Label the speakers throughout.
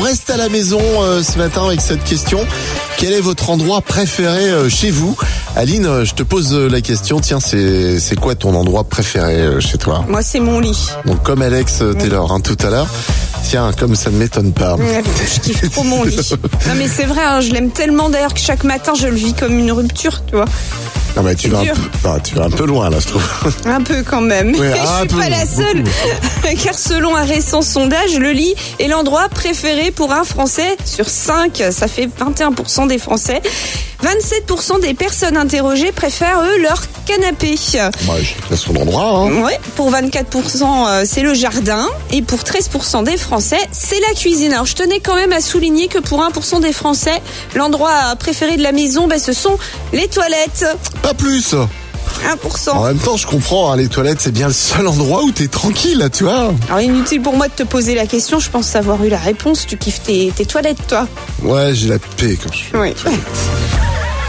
Speaker 1: reste à la maison euh, ce matin avec cette question. Quel est votre endroit préféré euh, chez vous Aline, euh, je te pose euh, la question. Tiens, c'est c'est quoi ton endroit préféré euh, chez toi
Speaker 2: Moi, c'est mon lit.
Speaker 1: Donc comme Alex euh, Taylor hein, tout à l'heure. Tiens, comme ça ne m'étonne pas.
Speaker 2: Mm. Je kiffe trop mon lit. Non, mais c'est vrai, hein, je l'aime tellement d'ailleurs que chaque matin, je le vis comme une rupture, tu vois.
Speaker 1: Non mais tu vas, un
Speaker 2: dur.
Speaker 1: peu, non, tu vas un peu loin là, je trouve.
Speaker 2: Un peu quand même.
Speaker 1: Ouais,
Speaker 2: je
Speaker 1: un
Speaker 2: suis
Speaker 1: peu,
Speaker 2: pas la seule. Car selon un récent sondage, le lit est l'endroit préféré pour un Français sur 5. Ça fait 21% des Français. 27% des personnes interrogées préfèrent, eux, leur canapé.
Speaker 1: Moi, je son endroit. Hein.
Speaker 2: Ouais, pour 24%, euh, c'est le jardin. Et pour 13% des Français, c'est la cuisine. Alors, je tenais quand même à souligner que pour 1% des Français, l'endroit préféré de la maison, ben, ce sont les toilettes.
Speaker 1: Pas plus.
Speaker 2: 1%.
Speaker 1: En même temps, je comprends. hein, les toilettes, c'est bien le seul endroit où t'es tranquille, là, tu vois.
Speaker 2: Alors inutile pour moi de te poser la question, je pense avoir eu la réponse. Tu kiffes tes, tes toilettes, toi
Speaker 1: Ouais, j'ai la paix comme je suis.
Speaker 2: Oui.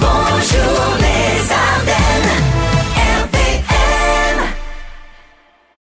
Speaker 3: bonjour les